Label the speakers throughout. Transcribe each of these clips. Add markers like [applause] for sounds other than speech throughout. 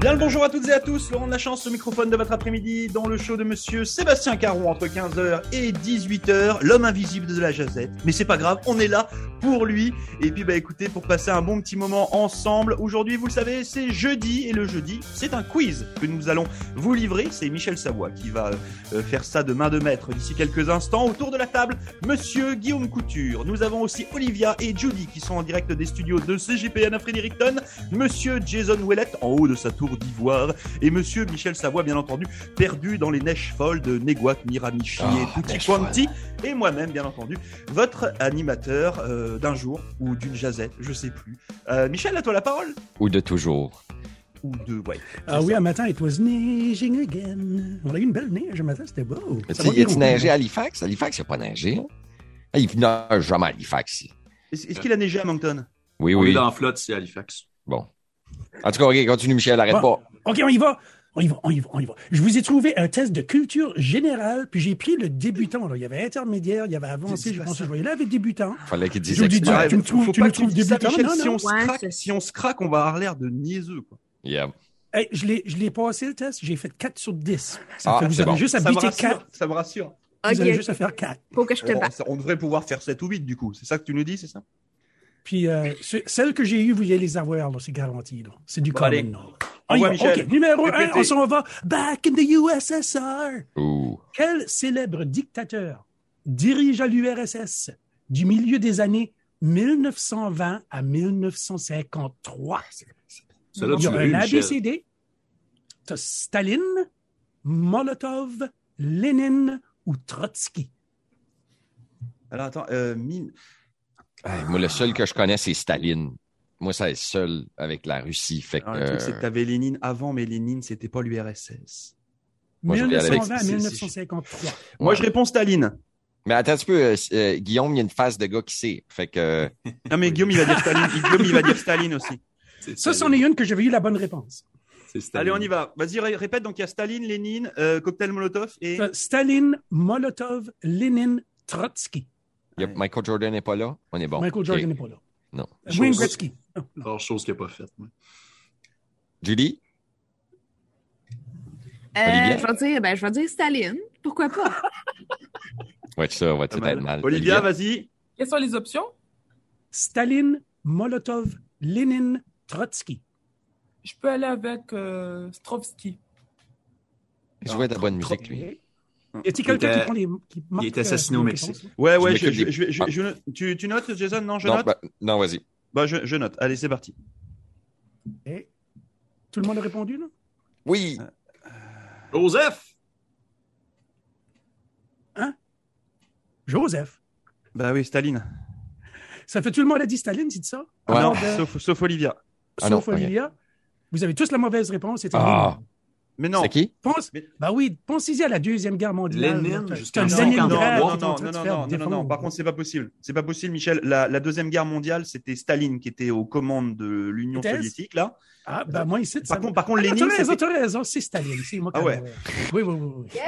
Speaker 1: Bien le bonjour à toutes et à tous, Laurent de la Chance au microphone de votre après-midi dans le show de monsieur Sébastien Caron entre 15h et 18h, l'homme invisible de la jazette. Mais c'est pas grave, on est là pour lui. Et puis bah écoutez, pour passer un bon petit moment ensemble, aujourd'hui vous le savez, c'est jeudi et le jeudi, c'est un quiz que nous allons vous livrer. C'est Michel Savoie qui va euh, faire ça de main de maître d'ici quelques instants. Autour de la table, monsieur Guillaume Couture. Nous avons aussi Olivia et Judy qui sont en direct des studios de CGPN à Fredericton, monsieur Jason Ouellet en haut de sa tour d'ivoire et monsieur Michel Savoie bien entendu perdu dans les neiges folles de Neguac, Miramichi
Speaker 2: Oh,
Speaker 1: et Tutti
Speaker 2: neige
Speaker 1: Quanti et moi-même bien entendu votre animateur euh, d'un jour ou d'une jazette, je sais plus. Euh, Michel, à toi la parole
Speaker 2: Ou de toujours.
Speaker 1: ou deux, ouais.
Speaker 3: Ah
Speaker 1: c'est
Speaker 3: oui,
Speaker 1: ça.
Speaker 3: un matin, it was neiging again. On a eu une belle neige un matin, c'était beau.
Speaker 2: Y
Speaker 3: Ça
Speaker 2: a-t-il
Speaker 3: va
Speaker 2: y a-t-il
Speaker 3: bien.
Speaker 2: neigé à Halifax? Halifax, il n'a pas neigé. hein? Ah, Il neige jamais à Halifax. ici.
Speaker 1: Est-ce est-ce qu'il a neigé à Moncton
Speaker 2: Oui,
Speaker 4: On est
Speaker 2: oui.
Speaker 4: dans la flotte, c'est Halifax.
Speaker 2: Bon. En tout cas, ok, continue, Michel, arrête
Speaker 3: Bon.
Speaker 2: pas.
Speaker 3: OK, on y va. On y va, on y va, on y va. Je vous ai trouvé un test de culture générale, puis j'ai pris le débutant. Là. Il y avait intermédiaire, il y avait
Speaker 1: C'est-
Speaker 3: avancé,
Speaker 1: c'est
Speaker 3: je
Speaker 1: pas
Speaker 3: pense
Speaker 1: ça.
Speaker 3: que je voyais là avec débutant.
Speaker 2: Fallait qu'il dise
Speaker 3: Je vous dis-
Speaker 2: expert.
Speaker 3: Ouais, tu me
Speaker 1: faut
Speaker 3: trouves-
Speaker 1: pas
Speaker 3: tu me
Speaker 1: que
Speaker 3: trouves
Speaker 1: dises ça,
Speaker 3: débutant,
Speaker 1: Michel,
Speaker 3: non,
Speaker 1: si,
Speaker 3: non.
Speaker 1: on se
Speaker 5: Ouais,
Speaker 1: craque,
Speaker 5: c'est-
Speaker 1: si on se craque, on va avoir l'air de niaiseux. Quoi.
Speaker 2: Yeah.
Speaker 3: Hey, je l'ai je l'ai passé le test, j'ai fait 4 sur 10. Ça
Speaker 2: Ah,
Speaker 3: fait que vous
Speaker 2: c'est
Speaker 3: avez
Speaker 2: bon.
Speaker 3: juste à
Speaker 1: Ça, me
Speaker 3: biter
Speaker 1: rassure,
Speaker 3: 4.
Speaker 1: ça me rassure.
Speaker 3: Vous avez
Speaker 5: Ok,
Speaker 3: juste à faire 4.
Speaker 5: faut que je te
Speaker 1: On,
Speaker 5: batte.
Speaker 1: on devrait pouvoir faire 7 ou 8 du coup. C'est ça que tu nous dis, c'est ça
Speaker 3: Puis euh, ce- celles que j'ai eues, vous allez les avoir, là, c'est garanti. là. C'est du
Speaker 1: Bon,
Speaker 3: common
Speaker 1: allez.
Speaker 3: knowledge.
Speaker 1: Au
Speaker 3: On y
Speaker 1: revoir,
Speaker 3: va.
Speaker 1: Michel.
Speaker 3: OK, numéro 1,
Speaker 1: Répétez.
Speaker 3: on s'en va. Back in the USSR.
Speaker 2: Ouh.
Speaker 3: Quel célèbre dictateur dirigea l'URSS du milieu des années 1920 à 1953?
Speaker 4: Celle-là,
Speaker 3: Il y
Speaker 4: tu
Speaker 3: a
Speaker 4: l'as
Speaker 3: un
Speaker 4: eu, Michel.
Speaker 3: ABCD, t'as Staline, Molotov, Lénine ou Trotsky.
Speaker 1: Alors attends, euh, mine-
Speaker 3: Ah.
Speaker 2: Hey, moi, le seul que je connais, c'est Staline. Moi, ça est seul avec la Russie. Fait que,
Speaker 3: Ah,
Speaker 1: Alors, le truc, c'est que
Speaker 2: euh,
Speaker 1: t'avais Lénine avant, mais Lénine, c'était pas l'URSS.
Speaker 2: Moi, je regarde avec-
Speaker 3: 1920 à
Speaker 1: c'est- c'est-
Speaker 3: 1953.
Speaker 1: Moi,
Speaker 2: Ouais.
Speaker 1: je réponds Staline.
Speaker 2: Mais attends un petit peu, euh, euh, Guillaume, il y a une face de gars qui sait. Fait que. euh,
Speaker 1: Non, mais Guillaume, il va dire
Speaker 2: [laughs]
Speaker 1: Staline. Guillaume, il va dire Staline aussi.
Speaker 4: C'est
Speaker 3: Ça, c'en est
Speaker 4: Staline.
Speaker 3: une que j'avais eu la bonne réponse.
Speaker 4: C'est Staline.
Speaker 1: Allez, on y va. Vas-y, ré- répète. Donc, il y a Staline, Lénine, euh, Cocktail Molotov et.
Speaker 3: T'as Euh, Staline, Molotov, Lénine, Trotsky.
Speaker 2: il y a-
Speaker 1: Ouais.
Speaker 2: Michael Jordan n'est pas là. On est bon.
Speaker 3: Michael
Speaker 2: Ok.
Speaker 3: Jordan n'est pas là.
Speaker 2: Non.
Speaker 3: Wayne
Speaker 4: Chose-
Speaker 3: Gretzky. Non, non.
Speaker 4: Hors chose qu'il n'a pas faite. moi.
Speaker 2: Julie? Olivia.
Speaker 5: Euh, je vais dire, ben, je vais dire Staline. Pourquoi pas?
Speaker 2: Ouais, ça va
Speaker 1: Pas
Speaker 2: tout
Speaker 1: mal.
Speaker 2: être mal.
Speaker 1: Olivia, vas-y.
Speaker 6: Quelles sont les options?
Speaker 3: Staline, Molotov, Lénine, Trotsky.
Speaker 6: Je peux aller avec euh, Strovski.
Speaker 2: Il jouait de la
Speaker 3: Ah,
Speaker 2: bonne musique, lui.
Speaker 3: Y a-t-il quelqu'un
Speaker 4: était-
Speaker 3: qui prend les. Qui marque,
Speaker 4: il est assassiné
Speaker 3: euh,
Speaker 4: au
Speaker 3: les
Speaker 4: Mexique.
Speaker 3: réponses?
Speaker 1: Ouais, ouais.
Speaker 2: m'occupe
Speaker 1: je- je-
Speaker 2: des-
Speaker 1: je- je-
Speaker 2: Ah.
Speaker 1: je- tu, tu notes, Jason Non, je
Speaker 2: Non,
Speaker 1: note.
Speaker 2: bah, non, vas-y.
Speaker 1: Bah, je, je note. Allez, c'est parti.
Speaker 3: Eh, Tout le monde a répondu, là?
Speaker 2: Oui.
Speaker 4: Joseph!
Speaker 3: Joseph.
Speaker 1: Bah oui, Staline.
Speaker 3: Ça fait tout le monde a dit Staline, dites ça?
Speaker 2: Ouais.
Speaker 1: Ah Non,
Speaker 3: Euh,
Speaker 1: sauf, sauf Olivia.
Speaker 2: Ah
Speaker 3: Sauf
Speaker 2: non, ok.
Speaker 3: Olivia. Vous avez tous la mauvaise réponse. C'est
Speaker 2: Ah.
Speaker 1: Mais non.
Speaker 2: C'est qui?
Speaker 3: Pense,
Speaker 1: Mais-
Speaker 3: bah oui, pensez-y à la Deuxième Guerre mondiale.
Speaker 4: Lénine,
Speaker 3: T'as-
Speaker 4: jusqu'en
Speaker 3: t'as
Speaker 1: Non,
Speaker 3: Lénine
Speaker 1: non,
Speaker 4: 1953,
Speaker 3: grave
Speaker 1: non,
Speaker 3: qui est en
Speaker 1: non, non,
Speaker 3: train de se
Speaker 1: non,
Speaker 3: faire
Speaker 1: non, non, non.
Speaker 3: défendre.
Speaker 1: Par contre, c'est pas possible. C'est pas possible, Michel. La, la deuxième guerre mondiale, c'était Staline qui était aux commandes de l'Union
Speaker 3: Était-ce
Speaker 1: soviétique, là.
Speaker 3: Ah, bah moi, ici,
Speaker 1: Par contre, par contre,
Speaker 3: Ah, non,
Speaker 1: Lénine,
Speaker 3: T'as raison,
Speaker 1: c'était-
Speaker 3: t'as raison, c'est Staline. C'est moi qui
Speaker 1: Ah
Speaker 3: ai
Speaker 1: ouais.
Speaker 3: raison. Oui, oui, oui. oui.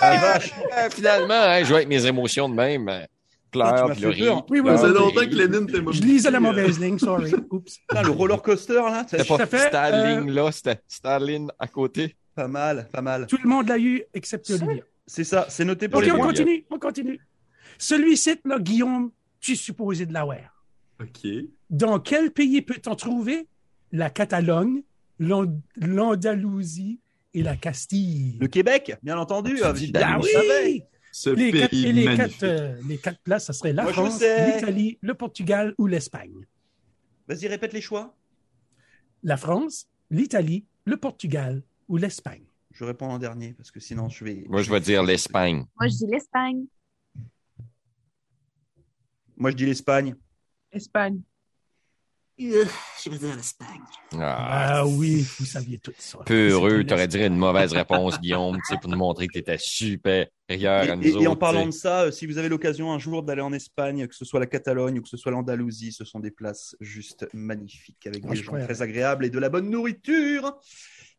Speaker 1: Ah, vache.
Speaker 2: Euh, finalement, hein, je joue avec mes émotions de même. euh,
Speaker 1: Ah, tu
Speaker 2: Claire,
Speaker 1: m'as fait
Speaker 2: Fleury.
Speaker 1: peur.
Speaker 3: Oui, oui, oui.
Speaker 4: Ça faisait
Speaker 2: Fleury.
Speaker 4: longtemps que Lénine t'est
Speaker 3: Je lisais la mauvaise ligne, sorry. Oups.
Speaker 1: Putain, le roller coaster, là. ça- euh,
Speaker 2: C'était pas
Speaker 3: Ça fait,
Speaker 2: Staline, là, c'était Staline à côté.
Speaker 1: Pas mal, pas mal.
Speaker 3: Tout le monde l'a eu, excepté Olivia.
Speaker 1: C'est ça, c'est noté pour
Speaker 3: OK,
Speaker 1: les
Speaker 3: on
Speaker 1: points.
Speaker 2: Guillaume.
Speaker 3: continue, on continue. Celui-ci, là, Guillaume, tu es supposé de l'avoir.
Speaker 4: OK.
Speaker 3: Dans quel pays peut-on trouver la Catalogne, l'An- l'Andalousie et la Castille?
Speaker 1: Le Québec, bien entendu.
Speaker 2: Tu
Speaker 1: euh,
Speaker 2: dis
Speaker 1: je-
Speaker 2: Danemark.
Speaker 3: Ah
Speaker 1: je
Speaker 3: oui!
Speaker 1: savais.
Speaker 4: Ce
Speaker 3: Les
Speaker 4: pays
Speaker 3: quatre, et les,
Speaker 4: magnifique.
Speaker 3: quatre, euh, les quatre places, ça serait la
Speaker 1: Moi, je
Speaker 3: France,
Speaker 1: sais.
Speaker 3: l'Italie, le Portugal ou l'Espagne.
Speaker 1: Vas-y, répète les choix.
Speaker 3: La France, l'Italie, le Portugal ou l'Espagne.
Speaker 1: Je réponds en dernier parce que sinon je vais.
Speaker 2: Moi, je vais dire l'Espagne.
Speaker 5: Moi, je dis l'Espagne.
Speaker 1: Moi, je dis l'Espagne.
Speaker 6: Espagne.
Speaker 2: Ah,
Speaker 3: Ah oui, vous saviez tout ça.
Speaker 2: peu
Speaker 3: C'était
Speaker 2: heureux.
Speaker 3: l'Espagne.
Speaker 2: T'aurais dit une mauvaise réponse, Guillaume, tu sais, pour nous montrer que t'étais super extérieures à
Speaker 1: Et,
Speaker 2: nous
Speaker 1: et- et en
Speaker 2: autres,
Speaker 1: parlant
Speaker 2: tu
Speaker 1: de
Speaker 2: sais.
Speaker 1: ça, euh, si vous avez l'occasion un jour d'aller en Espagne, que ce soit la Catalogne ou que ce soit l'Andalousie, ce sont des places juste magnifiques avec des gens
Speaker 3: Incroyable.
Speaker 1: très agréables et de la bonne nourriture.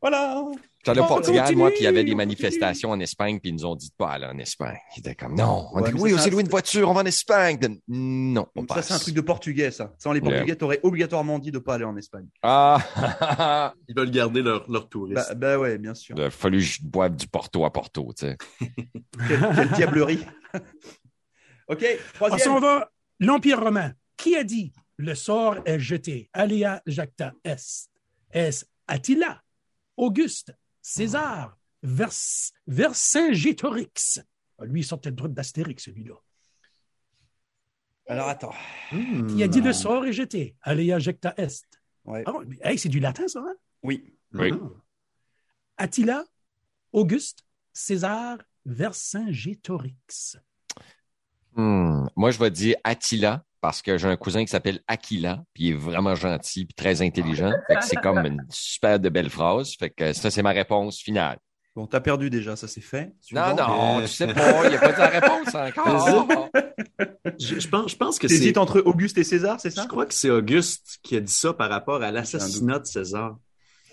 Speaker 1: Voilà.
Speaker 2: J'allais au
Speaker 3: On
Speaker 2: Portugal, moi,
Speaker 3: continue,
Speaker 2: puis il y avait des
Speaker 3: on
Speaker 2: manifestations en Espagne, puis ils nous ont dit de pas aller en Espagne. Ils étaient comme, non, on
Speaker 1: Ouais,
Speaker 2: dit,
Speaker 1: mais
Speaker 2: oui,
Speaker 1: c'est
Speaker 2: on
Speaker 1: ça,
Speaker 2: s'est loué une
Speaker 1: c'est-
Speaker 2: voiture, on va en Espagne. De- Non, on
Speaker 1: ça, c'est un
Speaker 2: passe.
Speaker 1: truc de portugais, ça. Sans les
Speaker 2: Yeah.
Speaker 1: portugais, t'aurais obligatoirement dit de pas aller en Espagne.
Speaker 2: Ah, [laughs]
Speaker 4: Ils veulent garder leur, leur
Speaker 1: Bah,
Speaker 4: touriste.
Speaker 1: bah ouais, bien sûr.
Speaker 2: il a fallu que je boive du Porto à Porto, tu sais.
Speaker 1: Quelle, quelle
Speaker 3: [laughs]
Speaker 1: diablerie. ok,
Speaker 3: On
Speaker 1: troisième.
Speaker 3: s'en va. L'Empire romain. Qui a dit le sort est jeté? Alia jacta est. Est-ce Attila, Auguste, César, Vers, Vercingétorix? Ah, Lui, il sort peut-être d'Astérix, celui-là.
Speaker 1: Alors attends.
Speaker 4: Hmm.
Speaker 3: Qui a dit le sort est jeté? Alia jacta est.
Speaker 1: Ouais.
Speaker 3: Ah, bon, mais, hey, c'est du latin, ça, hein?
Speaker 1: Oui.
Speaker 2: Oui.
Speaker 3: Ah. Attila, Auguste, César, Vercingétorix.
Speaker 2: Hmm, Moi, je vais dire Attila, parce que j'ai un cousin qui s'appelle Aquila, puis il est vraiment gentil, puis très intelligent. Fait que c'est comme une super de belle phrase. Fait que ça, c'est ma réponse finale.
Speaker 1: Bon, t'as perdu déjà, ça c'est fait.
Speaker 2: Non,
Speaker 1: Suivant.
Speaker 2: non,
Speaker 4: euh,
Speaker 2: tu sais pas, il n'y a pas de réponse encore.
Speaker 4: Je, je pense, je pense que c'est.
Speaker 1: T'hésites entre Auguste et César, c'est
Speaker 4: Je
Speaker 1: ça
Speaker 4: crois que c'est Auguste qui a dit ça par rapport à l'assassinat de César.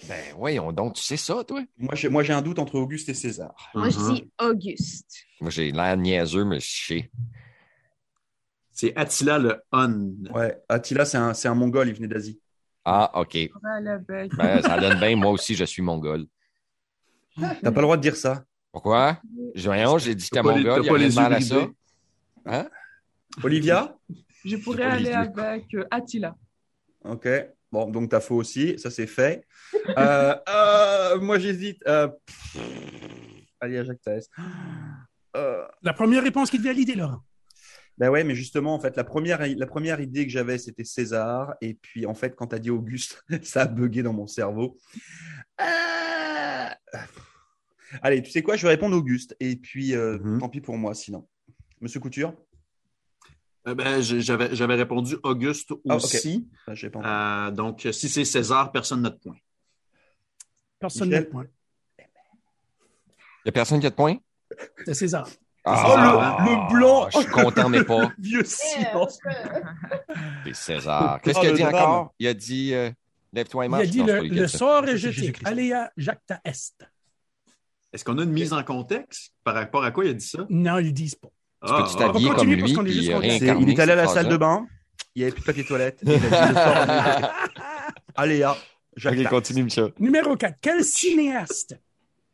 Speaker 2: ben voyons donc, tu sais ça, toi?
Speaker 1: Moi, j'ai- Moi, j'ai un doute entre Auguste et César.
Speaker 5: Moi, je
Speaker 4: Mhm.
Speaker 5: dis Auguste.
Speaker 2: Moi, j'ai l'air niaiseux, mais je sais.
Speaker 4: C'est Attila le Hun.
Speaker 1: Ouais, Attila, c'est un, c'est un mongol, il venait d'Asie.
Speaker 2: Ah, OK.
Speaker 6: On va à l'aveugle.
Speaker 2: Ben, ça donne bien, moi aussi, je suis mongol.
Speaker 1: T'as pas le droit de dire ça.
Speaker 2: Pourquoi? Voyons, j'ai dit
Speaker 4: T'as
Speaker 2: qu'à
Speaker 4: pas les-
Speaker 2: mongol, il
Speaker 4: t'as
Speaker 2: y a
Speaker 4: pas
Speaker 2: rien
Speaker 4: les
Speaker 2: de mal
Speaker 4: yeux
Speaker 2: à ça.
Speaker 4: bridés.
Speaker 1: Olivia
Speaker 6: Je pourrais
Speaker 2: pas les
Speaker 6: aller
Speaker 2: yeux.
Speaker 6: avec euh, Attila.
Speaker 1: Ok. Bon, donc t'as faux aussi, ça c'est fait. Euh, euh, moi j'hésite. Euh... pff, Allez, à Jacques Taès. [gasps] Euh,
Speaker 3: La première réponse qui est validée, Laurent.
Speaker 1: Ben ouais, mais justement, en fait, la première, la première idée que j'avais, c'était César. Et puis, en fait, quand t'as dit Auguste, [laughs] ça a bugué dans mon cerveau. Ah Allez, tu sais quoi, je vais répondre Auguste. Et puis, euh,
Speaker 4: Mhm.
Speaker 1: tant pis pour moi, sinon. Monsieur Couture
Speaker 4: Euh, ben, je- J'avais j'avais répondu Auguste
Speaker 1: Ah, ok.
Speaker 4: aussi.
Speaker 1: Enfin, j'ai pas entendu.
Speaker 4: Euh, donc, si c'est César, personne n'a de point.
Speaker 3: Personne n'a
Speaker 1: Michel.
Speaker 3: le point.
Speaker 2: Il n'y a personne qui a de point?
Speaker 3: C'est César.
Speaker 1: Oh, le- le blanc!
Speaker 2: Je suis content, mais pas.
Speaker 1: Vieux silence
Speaker 2: C'est César. Qu'est-ce
Speaker 1: Oh,
Speaker 2: qu'il a
Speaker 1: le
Speaker 2: dit
Speaker 1: drame.
Speaker 2: encore? Il a dit euh, Lève-toi et
Speaker 3: Il a
Speaker 2: marche.
Speaker 3: dit
Speaker 2: Non, c'est
Speaker 3: le,
Speaker 2: pas lui qui a
Speaker 3: le
Speaker 2: dit ça.
Speaker 3: sort est
Speaker 1: C'est
Speaker 3: jeté.
Speaker 1: Jésus-Christ.
Speaker 3: Aléa jacta est.
Speaker 4: Est-ce qu'on a une mise en contexte par rapport à quoi il a dit ça? Ah,
Speaker 3: Non, ils le disent pas.
Speaker 2: Tu peux-tu t'habiller comme
Speaker 3: on Ah, bah, continue parce
Speaker 2: lui
Speaker 3: qu'on est
Speaker 2: puis
Speaker 3: juste
Speaker 2: euh,
Speaker 3: content.
Speaker 1: C'est-
Speaker 2: réincarner
Speaker 1: Il est allé à la
Speaker 2: cette
Speaker 1: salle de
Speaker 2: phrase-là?
Speaker 1: bain, il n'y avait plus de papier toilette. et il a dit, Le sort est jeté. Allez, ah, Jacques
Speaker 2: Ok,
Speaker 1: Tax.
Speaker 2: continue, Michel.
Speaker 3: Numéro 4. Quel cinéaste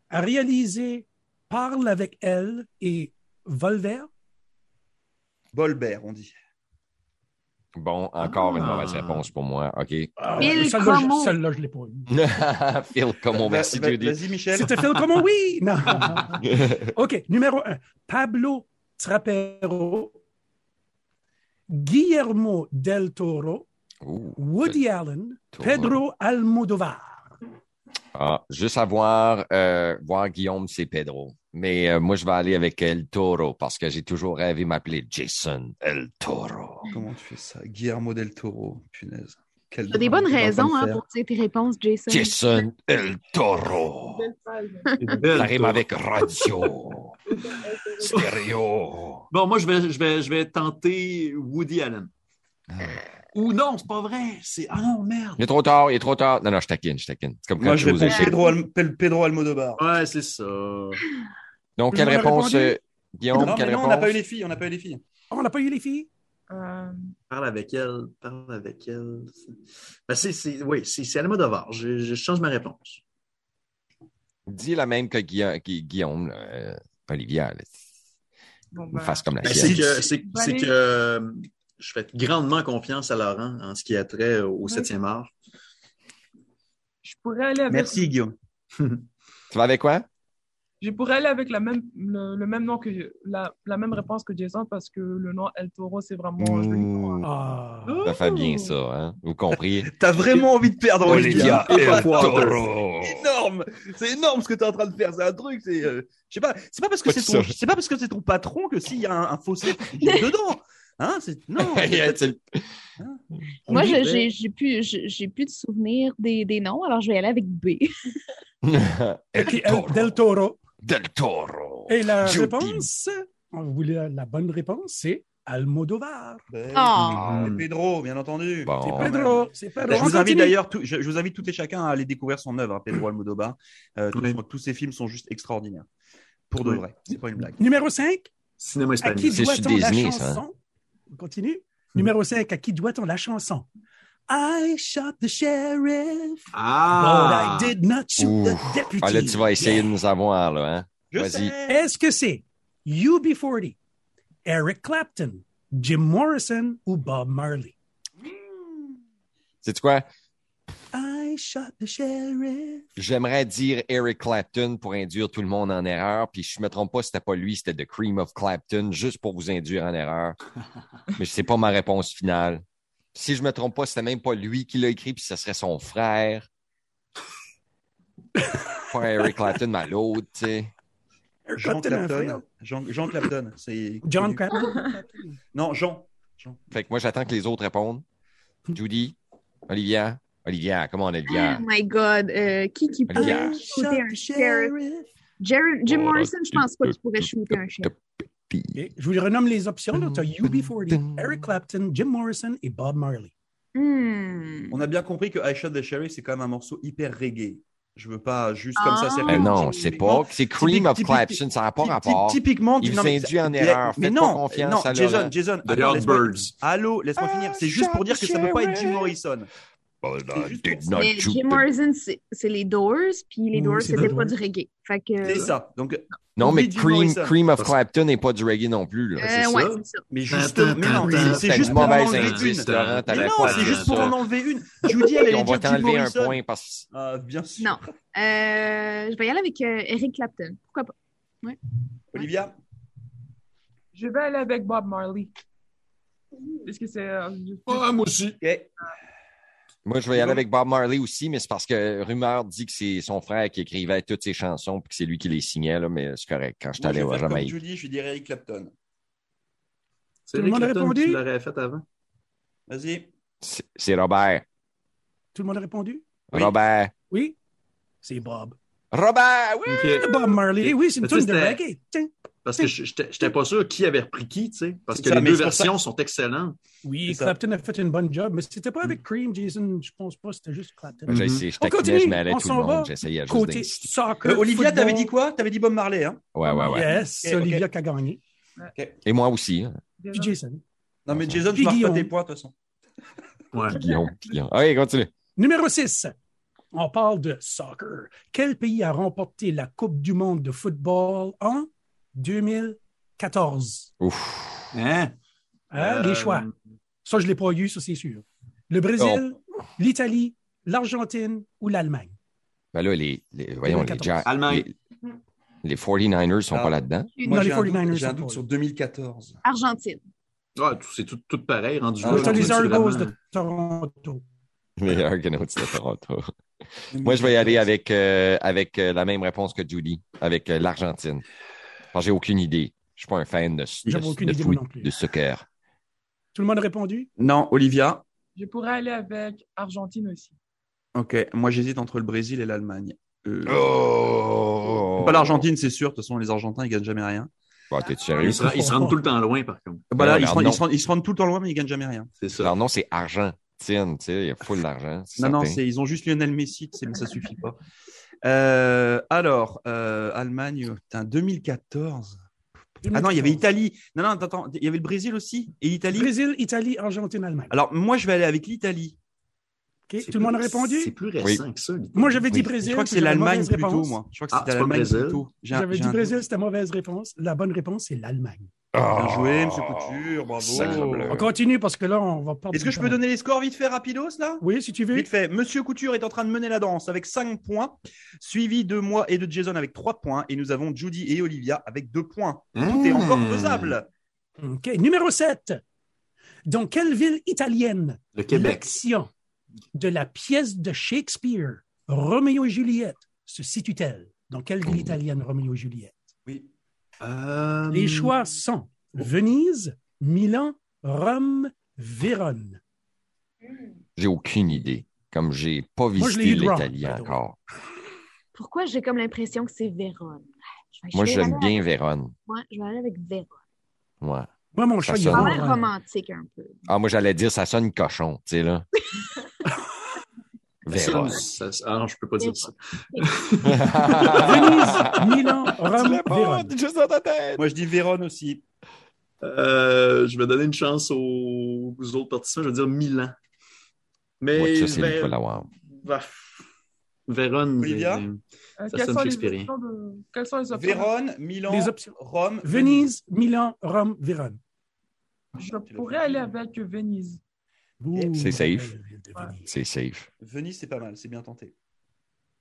Speaker 3: a réalisé Parle avec elle et Volver?
Speaker 1: Bolbert, on dit.
Speaker 2: Bon, encore une
Speaker 4: Ah.
Speaker 2: mauvaise réponse pour moi. [laughs] OK.
Speaker 3: Ah,
Speaker 5: Phil
Speaker 3: celle-là, je-
Speaker 5: Cromo.
Speaker 3: celle-là, je l'ai pas eu.
Speaker 2: Phil, comme on
Speaker 1: Va-
Speaker 2: merci
Speaker 1: va-
Speaker 2: Dieu dit.
Speaker 1: Vas-y, Michel.
Speaker 3: C'était Phil Cromo, oui!
Speaker 2: [laughs]
Speaker 3: Non. OK, numéro 1. Pablo Trapero, Guillermo del Toro,
Speaker 2: Ouh.
Speaker 3: Woody Allen,
Speaker 2: Toro.
Speaker 3: Pedro Almodovar.
Speaker 2: Ah, juste à voir, euh, voir Guillaume, c'est Pedro. Mais euh, moi, je vais aller avec El Toro parce que j'ai toujours rêvé m'appeler Jason El Toro.
Speaker 1: Comment tu fais ça Guillermo del Toro, punaise. Quel
Speaker 5: T'as des
Speaker 1: drame
Speaker 5: bonnes
Speaker 1: qu'il est en train
Speaker 5: raisons
Speaker 1: de
Speaker 5: hein,
Speaker 1: faire.
Speaker 5: pour dire tes réponses, Jason.
Speaker 2: Jason El Toro. Ça rime avec [laughs] radio, stéréo.
Speaker 4: Bon, moi, je vais, je, vais, je vais tenter Woody Allen. Ou non, c'est pas vrai. C'est... Ah non, merde.
Speaker 2: Il est trop tard, il est trop tard. Non, non, je taquine, je taquine. C'est comme quand
Speaker 1: Moi,
Speaker 2: tu
Speaker 1: je
Speaker 2: oses
Speaker 1: réponds
Speaker 2: échapper.
Speaker 1: Pedro, Alm- Pel- Pedro Almodovar.
Speaker 4: Ouais, c'est ça. Moi,
Speaker 2: Donc,
Speaker 3: Je
Speaker 2: quelle
Speaker 3: vous ai
Speaker 2: réponse,
Speaker 3: répondu.
Speaker 2: euh,
Speaker 1: Non,
Speaker 2: Guillaume,
Speaker 1: mais
Speaker 2: quelle
Speaker 1: non, on n'a pas eu
Speaker 2: réponse?
Speaker 1: les filles, on n'a pas eu les filles.
Speaker 3: Oh, on n'a pas eu les filles?
Speaker 6: Euh,
Speaker 4: Parle avec elle, parle avec elle. Ben, c'est, c'est, oui, c'est, c'est Almodovar. Je, je change ma réponse.
Speaker 2: Dis la même que Guilla- Gui- Guillaume, là, euh, Olivier, là.
Speaker 6: bon,
Speaker 2: Ou
Speaker 6: ben,
Speaker 2: fasse comme la
Speaker 4: Ben,
Speaker 2: sienne.
Speaker 4: c'est que, c'est,
Speaker 6: Bon,
Speaker 4: c'est
Speaker 6: allez.
Speaker 4: que euh, je fais grandement confiance à Laurent en ce qui a trait au 7e art.
Speaker 6: je pourrais aller avec.
Speaker 1: Merci, Guillaume.
Speaker 2: Tu vas avec quoi?
Speaker 6: Je pourrais aller avec la même, le, le même nom que la, la même réponse que Jason parce que le nom El Toro c'est vraiment. joli.
Speaker 2: Ouh,
Speaker 3: Ah.
Speaker 2: Ça fait bien ça, hein? Vous comprenez?
Speaker 1: T'as vraiment envie de perdre, [laughs] Olivia.
Speaker 2: Olivia El [laughs] Toro.
Speaker 1: C'est énorme. C'est énorme ce que t'es en train de faire. C'est un truc. C'est, euh, je sais pas. C'est pas parce que c'est
Speaker 2: Pas de
Speaker 1: ton,
Speaker 2: ça.
Speaker 1: c'est pas parce que c'est ton patron que s'il y a un, un fossé faut qu'il jette dedans. Hein C'est
Speaker 2: [laughs]
Speaker 1: non.
Speaker 5: Moi, je-
Speaker 4: Oui,
Speaker 5: j'ai j'ai plus, j'ai j'ai plus de souvenirs des, des noms, alors je vais aller avec B.
Speaker 2: El [laughs] Toro.
Speaker 3: Ok, Del Toro.
Speaker 2: Del Toro.
Speaker 3: Et la
Speaker 2: Joe
Speaker 3: réponse, on voulait la bonne réponse, c'est Almodovar.
Speaker 1: Ben oui.
Speaker 5: Ah.
Speaker 1: C'est Pedro, bien entendu.
Speaker 2: Bon.
Speaker 1: C'est
Speaker 3: C'est
Speaker 1: Pedro.
Speaker 2: ben,
Speaker 3: Pedro, c'est Pedro.
Speaker 1: Ben, Je
Speaker 3: On
Speaker 1: vous invite
Speaker 3: continue.
Speaker 1: d'ailleurs, tout- je, je vous invite toutes et chacun à aller découvrir son œuvre, hein, Pedro Almodovar. Euh, tous,
Speaker 4: Oui.
Speaker 1: tous ses films sont juste extraordinaires. Pour de
Speaker 4: Oui.
Speaker 1: vrai, c'est pas une blague.
Speaker 3: Numéro 5,
Speaker 4: Cinéma
Speaker 3: à
Speaker 4: espagnol.
Speaker 3: qui
Speaker 2: Ben, C'est
Speaker 3: doit-on
Speaker 2: sur
Speaker 3: la
Speaker 2: Disney, ça, hein.
Speaker 3: chanson? On continue. Numéro 5, à qui doit-on la chanson? I shot the sheriff,
Speaker 4: Ah!
Speaker 3: but I did not shoot
Speaker 2: Ouh.
Speaker 3: the deputy.
Speaker 2: Ah, là, tu vas essayer de nous avoir, là, hein?
Speaker 1: Je
Speaker 2: Vas-y.
Speaker 1: sais.
Speaker 3: Est-ce que c'est UB40, Eric Clapton, Jim Morrison ou Bob Marley?
Speaker 2: Sais-tu quoi?
Speaker 3: I shot the sheriff.
Speaker 2: J'aimerais dire Eric Clapton pour induire tout le monde en erreur, puis je me trompe pas, c'était pas lui, c'était The Cream of Clapton, juste pour vous induire en erreur. Mais c'est pas ma réponse finale. Si je me trompe pas, c'était même pas lui qui l'a écrit, puis ce serait son frère. pas Eric Clapton, mais l'autre, tu sais.
Speaker 3: Eric
Speaker 1: Jean
Speaker 3: Clapton, un frère.
Speaker 1: Clapton. Jean, Jean Clapton. c'est-
Speaker 3: John
Speaker 1: [laughs]
Speaker 3: Clapton.
Speaker 1: Non, Jean.
Speaker 2: Fait que moi, j'attends que les autres répondent. Judy, Olivia, Olivia, comment on Olivia?
Speaker 5: Oh
Speaker 1: Ah,
Speaker 5: my God. euh, qui qui pourrait
Speaker 2: Olivia.
Speaker 5: shooter un sheriff? Jer- Jim
Speaker 2: Oh,
Speaker 5: Morrison, je pense pas
Speaker 2: tu-
Speaker 5: qu'il pourrait shooter un sheriff.
Speaker 3: Ok, Je vous les renomme les options. là. Tu as UB40, Eric Clapton, Jim Morrison et Bob Marley.
Speaker 5: Hmm.
Speaker 1: On a bien compris que I Shot the Sheriff, c'est quand même un morceau hyper reggae. Je veux pas juste comme ça.
Speaker 5: Ah.
Speaker 1: c'est
Speaker 2: Mais Ben non, c'est pas. C'est Cream of
Speaker 1: Typique-
Speaker 2: Clapton, ça n'a pas
Speaker 1: Ty- ty-
Speaker 2: rapport.
Speaker 1: Typiquement,
Speaker 2: Il
Speaker 1: non, mais-
Speaker 2: s'induit en
Speaker 1: mais-
Speaker 2: erreur.
Speaker 1: Mais
Speaker 2: Faites
Speaker 1: non,
Speaker 2: pas confiance
Speaker 1: non,
Speaker 2: à
Speaker 1: Jason,
Speaker 2: Laurent.
Speaker 1: Jason,
Speaker 4: The
Speaker 1: attends, laisse-moi-
Speaker 4: Yardbirds.
Speaker 1: Allô, laisse-moi
Speaker 2: Ah,
Speaker 1: finir. C'est juste pour dire que ça peut pas être Jim Morrison.
Speaker 2: Well, I
Speaker 1: juste
Speaker 2: Bah, did
Speaker 1: pour-
Speaker 2: not
Speaker 5: Mais
Speaker 2: shoot
Speaker 5: Jim
Speaker 2: the-
Speaker 5: Morrison, c'est c'est les Doors, puis les
Speaker 3: Oui,
Speaker 5: Doors,
Speaker 3: c'est les
Speaker 5: c'était pas
Speaker 3: Doors.
Speaker 5: du reggae. Fait que.
Speaker 1: C'est ça. Donc,
Speaker 2: Non, mais
Speaker 1: Oublie Jim
Speaker 2: Cream,
Speaker 1: Morrison.
Speaker 2: Cream of
Speaker 4: Parce-
Speaker 2: Clapton n'est pas du reggae non plus. Là.
Speaker 5: Euh,
Speaker 4: c'est
Speaker 5: ouais,
Speaker 4: ça.
Speaker 5: c'est ça.
Speaker 1: mais juste, mais non,
Speaker 4: Tintin,
Speaker 1: c'est- c'est
Speaker 2: C'était
Speaker 1: juste
Speaker 2: du
Speaker 1: pour en
Speaker 2: mauvais
Speaker 1: enlever
Speaker 2: indice,
Speaker 1: une.
Speaker 4: de-
Speaker 2: Laurent.
Speaker 1: Mais
Speaker 2: t'avais
Speaker 1: non,
Speaker 2: pas
Speaker 1: c'est
Speaker 2: dit
Speaker 1: juste
Speaker 2: ça.
Speaker 1: pour en enlever une. Judy, elle
Speaker 2: Et
Speaker 1: allait
Speaker 2: on va
Speaker 1: dire Jim
Speaker 2: t'enlever un
Speaker 1: Morrison.
Speaker 2: point parce
Speaker 1: Ah, bien sûr.
Speaker 5: Non. Euh, je vais y aller avec euh, Eric Clapton. Pourquoi pas?
Speaker 1: Olivia,
Speaker 6: Je vais aller avec Bob Marley. Est-ce que c'est. euh, je-
Speaker 4: Ah, moi aussi.
Speaker 1: ok.
Speaker 2: moi, je vais y aller avec Bob Marley aussi, mais c'est parce que rumeur dit que c'est son frère qui écrivait toutes ses chansons puis que c'est lui qui les signait, là, mais c'est correct. Quand
Speaker 1: Moi,
Speaker 2: je
Speaker 1: je
Speaker 2: t'allais
Speaker 1: vais
Speaker 2: au
Speaker 1: faire comme
Speaker 2: Jamaïque.
Speaker 1: Judy, je dirais Eric Clapton.
Speaker 4: C'est
Speaker 3: Tout le
Speaker 4: Eric
Speaker 3: monde a
Speaker 4: Clapton,
Speaker 3: répondu?
Speaker 4: Tu l'aurais fait avant.
Speaker 1: Vas-y.
Speaker 2: C'est c'est Robert.
Speaker 3: Tout le monde a répondu?
Speaker 1: Oui.
Speaker 2: Robert.
Speaker 3: Oui? C'est Bob.
Speaker 2: Robert, oui!
Speaker 4: Ok.
Speaker 3: Bob Marley, oui, c'est une
Speaker 4: Mais tu
Speaker 3: tune
Speaker 4: sais,
Speaker 3: de
Speaker 4: c'était-
Speaker 3: reggae. Tiens.
Speaker 4: Parce que je- j'étais j'étais pas sûr qui avait repris qui, tu sais. Parce
Speaker 1: C'est
Speaker 4: que
Speaker 1: ça,
Speaker 4: les
Speaker 1: mais
Speaker 4: deux
Speaker 1: c'est pour ça-
Speaker 4: versions sont excellentes.
Speaker 3: Oui,
Speaker 1: C'est ça.
Speaker 3: Clapton a fait une bonne job, mais c'était pas avec Cream, Jason, je pense pas, c'était juste Clapton.
Speaker 1: Mm-hmm.
Speaker 2: J'ai essayé, je
Speaker 3: On
Speaker 2: taquinais,
Speaker 3: continue,
Speaker 2: je m'allais
Speaker 3: on
Speaker 2: tout le
Speaker 3: s'en va.
Speaker 2: monde. J'essayais juste
Speaker 3: Côté
Speaker 2: d'insister.
Speaker 3: soccer.
Speaker 1: Euh, Olivia,
Speaker 3: football.
Speaker 1: t'avais dit quoi T'avais dit Bob Marley, hein
Speaker 2: Ouais, Ah ouais, ouais.
Speaker 3: Yes,
Speaker 1: Ok, ok.
Speaker 3: Olivia qui a gagné.
Speaker 2: Et moi aussi, hein.
Speaker 3: Puis
Speaker 6: déjà-
Speaker 3: Jason.
Speaker 1: Non, mais Jason, tu
Speaker 3: Puis
Speaker 1: marques pas
Speaker 3: Guillaume.
Speaker 1: tes points, de toute façon.
Speaker 4: Ouais.
Speaker 2: Guillaume. Guillaume. Allez, continue.
Speaker 3: Numéro 6. On parle de soccer. Quel pays a remporté la Coupe du monde de football en 2014?
Speaker 2: Ouf.
Speaker 4: Hein?
Speaker 3: Hein, Les
Speaker 4: Euh,
Speaker 3: choix. Ça, je ne l'ai pas eu, ça, c'est sûr. Le Brésil, l'Italie, l'Argentine ou l'Allemagne?
Speaker 2: Ben là, les, les- voyons, les,
Speaker 3: 2014.
Speaker 2: Jack-
Speaker 4: Allemagne.
Speaker 2: les, les 49ers sont
Speaker 1: Ah.
Speaker 2: pas là-dedans.
Speaker 1: Moi,
Speaker 3: Non,
Speaker 1: j'ai
Speaker 3: les
Speaker 1: un doute-
Speaker 3: 49ers
Speaker 1: J'ai un
Speaker 3: sont
Speaker 1: doute
Speaker 3: pas
Speaker 1: sur
Speaker 3: là.
Speaker 1: 2014.
Speaker 5: Argentine.
Speaker 4: Euh, Ouais, tout- c'est tout, tout pareil, rendu
Speaker 1: Ah,
Speaker 4: là.
Speaker 1: oui,
Speaker 3: T'as
Speaker 1: oui,
Speaker 3: les
Speaker 4: c'est
Speaker 3: Argos
Speaker 4: vraiment-
Speaker 3: de Toronto.
Speaker 2: Les Argonauts de Toronto. Moi, je vais y aller avec, euh, avec euh, la même réponse que Julie, avec euh, l'Argentine. Parce que j'ai aucune idée. Je suis pas un fan de, de,
Speaker 3: J'avais aucune
Speaker 2: de
Speaker 3: idée,
Speaker 2: foot,
Speaker 3: moi non plus.
Speaker 2: de soccer.
Speaker 3: Tout le monde a répondu?
Speaker 1: Non, Olivia.
Speaker 6: Je pourrais aller avec Argentine aussi.
Speaker 1: Ok, moi j'hésite entre le Brésil et l'Allemagne. Euh,
Speaker 2: Oh!
Speaker 1: Pas l'Argentine, c'est sûr. De toute façon, les Argentins, ils gagnent jamais rien.
Speaker 2: Bah, t'es
Speaker 4: Ils
Speaker 2: sérieux?
Speaker 4: se, ils se rendent tout le temps loin, par contre.
Speaker 1: Bah là,
Speaker 2: non,
Speaker 1: ils, se rendent,
Speaker 2: non.
Speaker 1: ils se rendent- ils se rendent tout le temps loin, mais ils gagnent jamais rien.
Speaker 4: C'est ça.
Speaker 2: Leur nom, c'est Argentine. Tu sais, il y a full d'argent. c'est
Speaker 1: Non, non,
Speaker 2: certain.
Speaker 1: c'est- ils ont juste Lionel Messi, tu sais, mais ça suffit pas. Euh, alors, euh, Allemagne, putain, 2014. Ah non, il y avait Italie. Non, non, attends, attends, il y avait le Brésil aussi et l'Italie.
Speaker 3: Brésil, Italie, Argentine, Allemagne.
Speaker 1: Alors, moi, je vais aller avec l'Italie.
Speaker 3: Ok,
Speaker 4: C'est
Speaker 3: Tout le monde a
Speaker 4: plus- C'est
Speaker 3: répondu?
Speaker 4: plus récent que ça. l'Italie.
Speaker 3: Moi, j'avais dit
Speaker 2: Oui.
Speaker 1: Je
Speaker 3: Brésil.
Speaker 1: crois que
Speaker 3: puis
Speaker 1: c'est
Speaker 3: j'avais une
Speaker 1: l'Allemagne
Speaker 3: mauvaise
Speaker 1: plutôt,
Speaker 3: réponse.
Speaker 1: moi. Je crois que
Speaker 4: Ah,
Speaker 1: c'était
Speaker 4: c'est pas le
Speaker 1: l'Allemagne
Speaker 4: Brésil.
Speaker 1: plutôt. J'ai un-
Speaker 3: J'avais
Speaker 1: j'ai
Speaker 3: dit
Speaker 1: un
Speaker 3: Brésil, c'était mauvaise réponse. La bonne réponse, c'est l'Allemagne.
Speaker 2: Ah.
Speaker 1: Bien joué, M. Couture,
Speaker 2: Sacre bleu.
Speaker 1: bravo.
Speaker 3: On continue parce que là, on va pas.
Speaker 1: Euh. Est-ce que je peux donner les scores vite fait, rapidos, là
Speaker 3: Oui, si tu veux.
Speaker 1: Vite fait, Monsieur Couture est en train de mener la danse avec 5 points, suivi de moi et de Jason avec 3 points, et nous avons Judy et Olivia avec 2 points. Tout est
Speaker 3: Hmm.
Speaker 4: Mmh.
Speaker 1: encore faisable.
Speaker 3: OK. Numéro 7. Dans quelle ville italienne
Speaker 4: Le Québec.
Speaker 3: l'action de la pièce de Shakespeare, Roméo et Juliette, se situe-t-elle? Dans quelle ville italienne, Roméo et Juliette?
Speaker 1: Oui.
Speaker 4: Euh,
Speaker 3: Les choix sont Venise, Milan, Rome, Vérone.
Speaker 2: J'ai aucune idée. Comme j'ai pas
Speaker 3: je l'ai
Speaker 2: visité
Speaker 3: eu de wrong,
Speaker 2: l'Italie
Speaker 3: by the way.
Speaker 2: encore.
Speaker 5: Pourquoi j'ai comme l'impression que c'est Vérone? vais-
Speaker 2: Moi,
Speaker 5: je vais
Speaker 2: j'aime
Speaker 5: aller
Speaker 2: bien Vérone.
Speaker 5: avec- ouais, je vais aller avec Vera.
Speaker 2: Ouais.
Speaker 3: Moi, mon
Speaker 2: Ça
Speaker 3: choix, il est
Speaker 2: sonne.
Speaker 5: Pas
Speaker 2: Ah
Speaker 5: mal
Speaker 3: Vérone.
Speaker 5: romantique un peu.
Speaker 2: Ah, moi, j'allais dire, ça sonne cochon, tu sais, là. [laughs] Vérone.
Speaker 4: Ça- ça- ah non, je peux pas dire ça.
Speaker 2: [laughs]
Speaker 3: Venise, Milan, Rome, Vérone.
Speaker 2: juste dans ta tête.
Speaker 1: Moi, je dis Vérone aussi.
Speaker 4: Euh, je vais donner une chance aux, aux autres participants. Je vais dire Milan. Mais
Speaker 2: Ouais, ça, c'est
Speaker 4: Vé-
Speaker 2: lui
Speaker 3: ben-
Speaker 2: qui va l'avoir.
Speaker 4: Bah, Vérone.
Speaker 1: Olivia?
Speaker 4: mais-
Speaker 6: Euh,
Speaker 4: Ça
Speaker 6: quelles,
Speaker 4: sonne
Speaker 6: sont les
Speaker 4: shakespearien.
Speaker 6: options de... quelles sont les options
Speaker 1: Vérone, Milan,
Speaker 3: Les options.
Speaker 1: Rome,
Speaker 3: Venise, Milan, Rome, Vérone.
Speaker 6: Je pourrais aller avec Venise.
Speaker 3: Ouh,
Speaker 2: C'est safe.
Speaker 3: de Venise.
Speaker 2: C'est safe.
Speaker 1: Venise, c'est pas mal, c'est bien tenté.
Speaker 3: Tout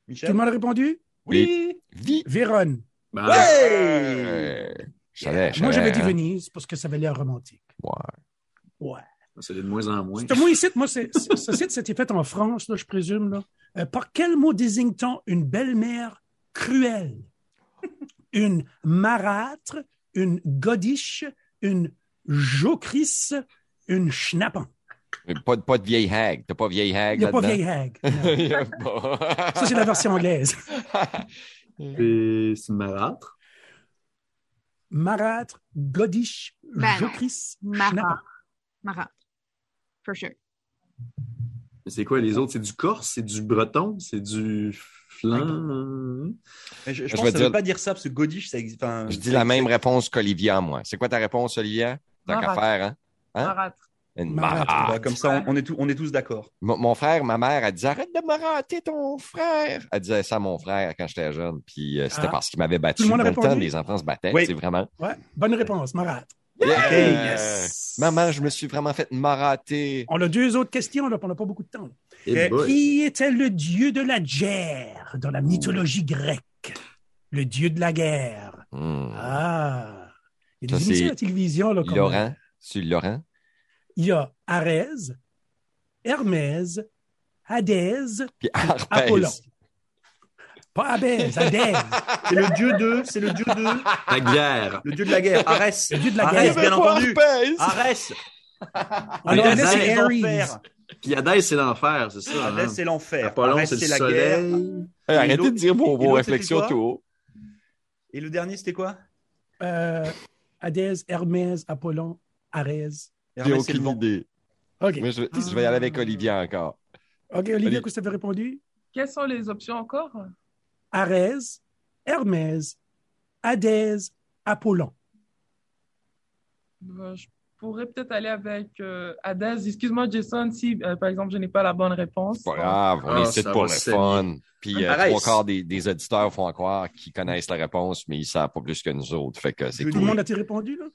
Speaker 3: le
Speaker 1: Michel
Speaker 3: monde a répondu?
Speaker 2: Oui. Vie.
Speaker 3: Vérone.
Speaker 4: Bah,
Speaker 1: Ouais
Speaker 2: J'allais, j'allais.
Speaker 3: Moi, j'avais dit
Speaker 2: hein.
Speaker 3: Venise parce que ça avait l'air romantique.
Speaker 2: Ouais.
Speaker 3: Ouais.
Speaker 4: C'est de moins en moins.
Speaker 3: C'est- Moi, ici, moi, c'est- c'est- ce site, c'était fait en France, là, je présume. Là. Euh, par quel mot désigne-t-on une belle-mère cruelle? Une marâtre, une godiche, une jocrisse, une schnappant.
Speaker 2: Mais Pas, de- pas de vieille hag. T'as pas vieille hag
Speaker 3: Il n'y a pas
Speaker 2: là-dedans?
Speaker 3: vieille hag. non.
Speaker 2: [laughs] Il y a pas.
Speaker 3: Ça, c'est la version anglaise.
Speaker 4: C'est c'est une marâtre.
Speaker 3: Marâtre, godiche,
Speaker 5: Ben non.
Speaker 3: jocrisse, schnappant.
Speaker 5: Marat. Marat. For sure.
Speaker 4: Mais C'est quoi les autres? C'est du corse, c'est du breton, c'est du flan.
Speaker 1: Mais Je, je
Speaker 2: Je
Speaker 1: pense que
Speaker 2: vais
Speaker 1: ça
Speaker 2: dire-
Speaker 1: veut pas dire ça parce que Godish, ça existe. enfin,
Speaker 2: Je dis la même réponse qu'Olivia, moi. C'est quoi ta réponse, Olivia? T'as qu'à
Speaker 6: Marâtre.
Speaker 2: faire, hein? Hein?
Speaker 6: Marâtre.
Speaker 2: Une
Speaker 3: Marâtre.
Speaker 1: Ah,
Speaker 2: marâtre.
Speaker 1: comme ça, on, on est, tous- on est tous d'accord.
Speaker 2: Mon, mon frère, ma mère, elle disait Arrête de marater ton frère. Elle disait ça à mon frère quand j'étais jeune. Puis euh, c'était
Speaker 3: Ah.
Speaker 2: parce qu'il m'avait battu.
Speaker 3: Tout le monde a
Speaker 2: Dans le temps,
Speaker 3: répondu?
Speaker 2: les enfants se battaient,
Speaker 1: Oui.
Speaker 2: c'est vraiment.
Speaker 3: Ouais, bonne réponse, marâtre.
Speaker 2: Yeah!
Speaker 1: Ok,
Speaker 2: Euh, Maman, je me suis vraiment fait marater.
Speaker 3: On a deux autres questions, là, puis on n'a pas beaucoup de temps. là.
Speaker 4: Eh
Speaker 1: Eh,
Speaker 4: boy.
Speaker 3: Qui était le dieu de la guerre dans la mythologie grecque? Le dieu de la guerre.
Speaker 2: Hmm.
Speaker 3: Ah! Il y a
Speaker 2: Ça,
Speaker 3: des
Speaker 2: c'est
Speaker 3: émissions à la télévision. Là, comme-
Speaker 2: Laurent, c'est Laurent.
Speaker 3: Il y a Arès, Hermès, Hadès,
Speaker 2: Puis Eh, Arpèze.
Speaker 3: Apollon. Pas
Speaker 2: [laughs]
Speaker 3: Abès, Hadès.
Speaker 1: C'est le dieu de, c'est le dieu de,
Speaker 3: Ah,
Speaker 4: La guerre.
Speaker 1: le dieu de la guerre, Arès.
Speaker 3: Le dieu de la
Speaker 1: Arès,
Speaker 3: guerre.
Speaker 1: bien entendu. Ah,
Speaker 2: Arpèze.
Speaker 1: Arès.
Speaker 3: Alors,
Speaker 4: Hadès,
Speaker 3: là,
Speaker 1: Arès,
Speaker 3: c'est
Speaker 1: c'est
Speaker 3: Ares.
Speaker 1: l'enfer.
Speaker 4: Puis Hadès, c'est l'enfer, c'est ça. hein?
Speaker 1: Arès, c'est l'enfer.
Speaker 4: Apollon,
Speaker 1: Arès,
Speaker 4: c'est le
Speaker 1: c'est la guerre.
Speaker 4: soleil.
Speaker 2: Hey,
Speaker 1: Et
Speaker 2: arrêtez
Speaker 1: l'autre-
Speaker 2: de dire vos,
Speaker 1: et
Speaker 2: vos
Speaker 1: l'autre, c'était
Speaker 2: réflexions
Speaker 1: quoi?
Speaker 2: tout haut.
Speaker 1: Et le dernier, c'était quoi
Speaker 3: Euh, Hadès, Hermès, Apollon, Arès.
Speaker 2: J'ai
Speaker 1: Hermès, c'est le
Speaker 2: aucune
Speaker 1: vent.
Speaker 2: idée.
Speaker 3: OK.
Speaker 2: Moi, je, je vais y aller avec Olivier encore.
Speaker 3: OK, Olivier,
Speaker 2: Allez.
Speaker 3: qu'est-ce que tu avais répondu?
Speaker 6: Quelles sont les options encore
Speaker 3: Arès, Hermès, Hadès, Apollon.
Speaker 6: Euh, Je pourrais peut-être aller avec euh, Hadès. Excuse-moi, Jason, si euh, par exemple je n'ai pas la bonne réponse.
Speaker 2: C'est pas grave, on
Speaker 4: Ah,
Speaker 2: est ici
Speaker 4: ça
Speaker 2: pour
Speaker 4: va
Speaker 2: le
Speaker 4: saigner.
Speaker 2: fun. Puis euh,
Speaker 4: Arrête.
Speaker 2: trois quarts des, des auditeurs font croire qu'ils connaissent la réponse, mais ils savent pas plus que nous autres. Fait que c'est
Speaker 1: Je
Speaker 3: Tout le
Speaker 2: cool.
Speaker 3: monde a-t-il répondu, là?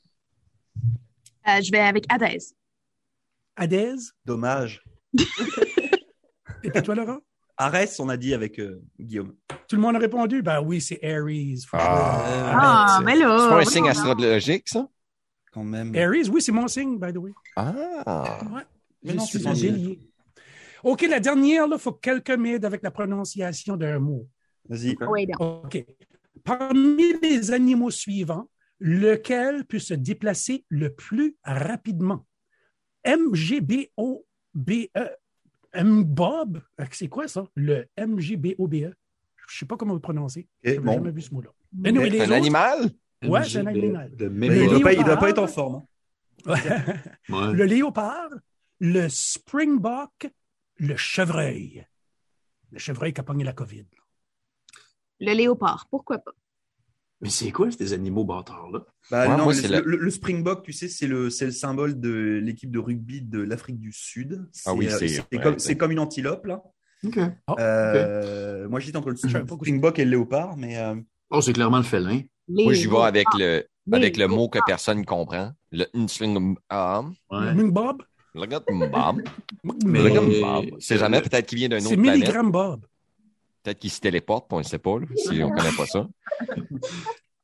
Speaker 5: Euh, je vais avec Adès.
Speaker 3: Hadès?
Speaker 1: Dommage.
Speaker 3: Et puis toi, Laurent?
Speaker 1: Arès, on a dit avec euh, Guillaume.
Speaker 3: Tout le monde a répondu? Ben oui, c'est Aries. for sure.
Speaker 2: Ah,
Speaker 5: Ah,
Speaker 2: c'est-
Speaker 5: mais là.
Speaker 2: c'est pas un
Speaker 5: vraiment.
Speaker 2: signe astrologique, ça?
Speaker 1: Quand même.
Speaker 3: Aries, oui, c'est mon signe, by the way.
Speaker 2: Ah!
Speaker 3: Ouais.
Speaker 1: Mais
Speaker 3: Je
Speaker 1: non,
Speaker 3: suis
Speaker 1: c'est
Speaker 3: un
Speaker 1: ton signe.
Speaker 3: bélier. OK, la dernière, il faut quelques m'aides avec la prononciation d'un mot.
Speaker 1: Vas-y.
Speaker 5: Ouais, non.
Speaker 3: OK. Parmi les animaux suivants, lequel peut se déplacer le plus rapidement? MGBOBE. MBOB? euh, C'est quoi ça? Le MGBOBE? E. Je ne sais pas comment le prononcer.
Speaker 1: Et
Speaker 3: Je n'ai jamais
Speaker 1: bon. Bah,
Speaker 3: vu ce mot-là. Mais nous,
Speaker 1: Mais
Speaker 3: et les
Speaker 2: C'est un
Speaker 3: autres?
Speaker 2: animal?
Speaker 3: Ouais, c'est un
Speaker 2: E.
Speaker 3: animal.
Speaker 4: De
Speaker 1: Mais il doit,
Speaker 4: mémoire.
Speaker 1: pas,
Speaker 3: ah.
Speaker 1: il doit pas être en forme. hein.
Speaker 3: Ouais.
Speaker 4: Ouais.
Speaker 3: le léopard, le springbok, le chevreuil. Le chevreuil qui a pogné la COVID.
Speaker 5: Le léopard, pourquoi pas?
Speaker 4: Mais c'est quoi ces animaux bâtards-là?
Speaker 1: Bah,
Speaker 2: Ouais,
Speaker 1: non,
Speaker 2: moi,
Speaker 1: le,
Speaker 2: c'est
Speaker 1: le-
Speaker 2: la-
Speaker 1: le- le Springbok, tu sais, c'est le, c'est le symbole de l'équipe de rugby de l'Afrique du Sud. C'est,
Speaker 2: Ah oui,
Speaker 1: euh,
Speaker 2: c'est- ouais,
Speaker 1: comme,
Speaker 2: c'est-
Speaker 1: c'est comme une antilope, là.
Speaker 4: OK.
Speaker 1: Euh, Moi, j'étais entre le
Speaker 3: savais pas que-
Speaker 1: Springbok et le léopard, mais euh,
Speaker 4: Oh, c'est clairement le félin.
Speaker 2: Moi, j'y vais avec le,
Speaker 5: Léopard.
Speaker 2: avec le mot que personne comprend. Le Nsling Am.
Speaker 4: Ouais.
Speaker 3: Ming Bob,
Speaker 2: Le gars de Mbam.
Speaker 4: Mais-
Speaker 2: Le
Speaker 3: Ming
Speaker 2: gars
Speaker 3: Bob.
Speaker 2: de Mbam. C'est jamais peut-être qu'il vient d'un
Speaker 3: c'est
Speaker 2: autre planète.
Speaker 3: Milligram Bob.
Speaker 2: Peut-être qu'il se téléporte, puis on ne sait pas, là, si on ne connaît pas ça.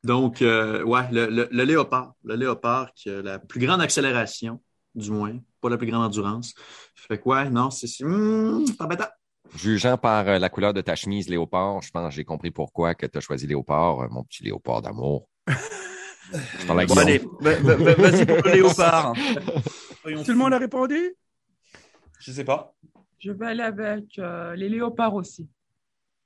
Speaker 4: Donc, euh, ouais, le, le- le léopard. Le léopard qui a la plus grande accélération, du moins, pas la plus grande endurance. Fait que, ouais, non, c'est. c'est- Hmm, c'est embêtant.
Speaker 2: Jugeant par euh, la couleur de ta chemise, Léopard, je pense que j'ai compris pourquoi que tu as choisi Léopard, euh, mon petit Léopard d'amour. Je parle avec
Speaker 1: bon, allez, va- va- va- vas-y pour le léopard. Soyons
Speaker 3: [laughs] Tout le monde a répondu?
Speaker 1: fous. Je sais pas.
Speaker 6: Je vais aller avec euh, les léopards aussi.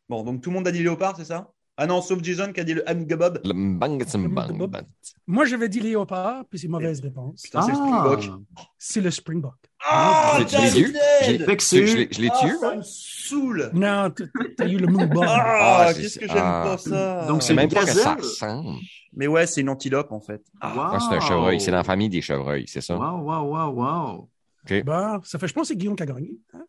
Speaker 1: Bon, donc tout le monde a dit léopard, c'est ça Ah non, sauf Jason qui a dit le Hamgabab.
Speaker 2: Le mbang-tsum-bang.
Speaker 3: Moi, j'avais dit léopard, puis c'est mauvaise réponse.
Speaker 1: Putain,
Speaker 4: Ah.
Speaker 1: c'est le Springbok.
Speaker 3: C'est le Springbok.
Speaker 1: Ah,
Speaker 2: C'est- tu l'as eu?
Speaker 1: David!
Speaker 4: Fait que
Speaker 2: Tu sais que je
Speaker 4: c'est
Speaker 2: l'ai- je l'ai
Speaker 1: Ah,
Speaker 2: tué?
Speaker 1: ça me saoule.
Speaker 3: Non, t- t'as eu le Moonbug.
Speaker 1: Ah,
Speaker 2: Ah, c'est-
Speaker 1: qu'est-ce que j'aime
Speaker 2: ah.
Speaker 1: pas ça.
Speaker 4: Donc,
Speaker 2: C'est
Speaker 4: une
Speaker 2: même pas que ça
Speaker 4: gazelle.
Speaker 2: ressemble.
Speaker 1: Mais ouais, c'est une antilope en fait.
Speaker 2: Ah, c'est un chevreuil. C'est dans la famille des chevreuils, c'est ça?
Speaker 4: Wow, wow, wow, wow.
Speaker 3: Bon, ça fait, je pense que c'est Guillaume qui a gagné. hein?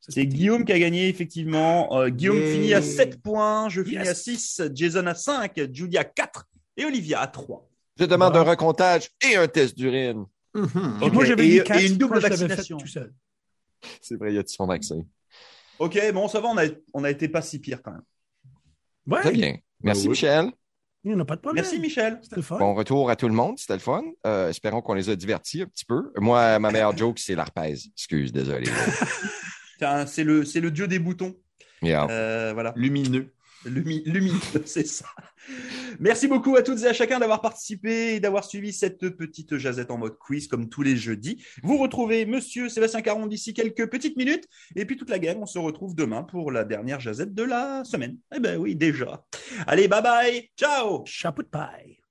Speaker 3: Ça,
Speaker 1: C'est Guillaume qui a gagné effectivement. Euh, Guillaume
Speaker 4: Yay.
Speaker 1: finit à 7 points, je finis
Speaker 3: Yes.
Speaker 1: à 6, Jason à 5, Julia à 4 et Olivia à 3.
Speaker 2: Je demande un recomptage et un test d'urine.
Speaker 4: Mhm.
Speaker 3: Puis
Speaker 1: Ok,
Speaker 3: Moi, j'avais
Speaker 1: et-
Speaker 3: dit quatre,
Speaker 1: et une double
Speaker 3: je l'avais fait
Speaker 1: vaccination.
Speaker 3: tout seul.
Speaker 2: C'est vrai, il y a du son vaccin.
Speaker 1: Ok, bon, ça va, on a, on a été pas si pire quand même.
Speaker 3: Ouais,
Speaker 2: Très bien. Merci,
Speaker 4: oui.
Speaker 2: Michel.
Speaker 3: il n'y en a pas de problème.
Speaker 1: Merci Michel.
Speaker 3: C'était le fun.
Speaker 2: Bon retour à tout le monde. C'était le fun. Euh, espérons qu'on les a divertis un petit peu. Moi, ma meilleure joke, c'est l'arpèze. Excuse, [laughs] désolé.
Speaker 1: Tiens, C'est le, c'est le dieu des boutons.
Speaker 2: Yeah.
Speaker 1: Euh, voilà.
Speaker 4: Lumineux.
Speaker 1: Lumi, Lumi, [laughs] c'est ça. Merci beaucoup à toutes et à chacun d'avoir participé et d'avoir suivi cette petite jazette en mode quiz comme tous les jeudis. Vous retrouvez Monsieur Sébastien Caron d'ici quelques petites minutes et puis toute la gang, on se retrouve demain pour la dernière jazette de la semaine. Eh ben oui, déjà. Allez, bye bye, ciao
Speaker 3: Chapeau de paille.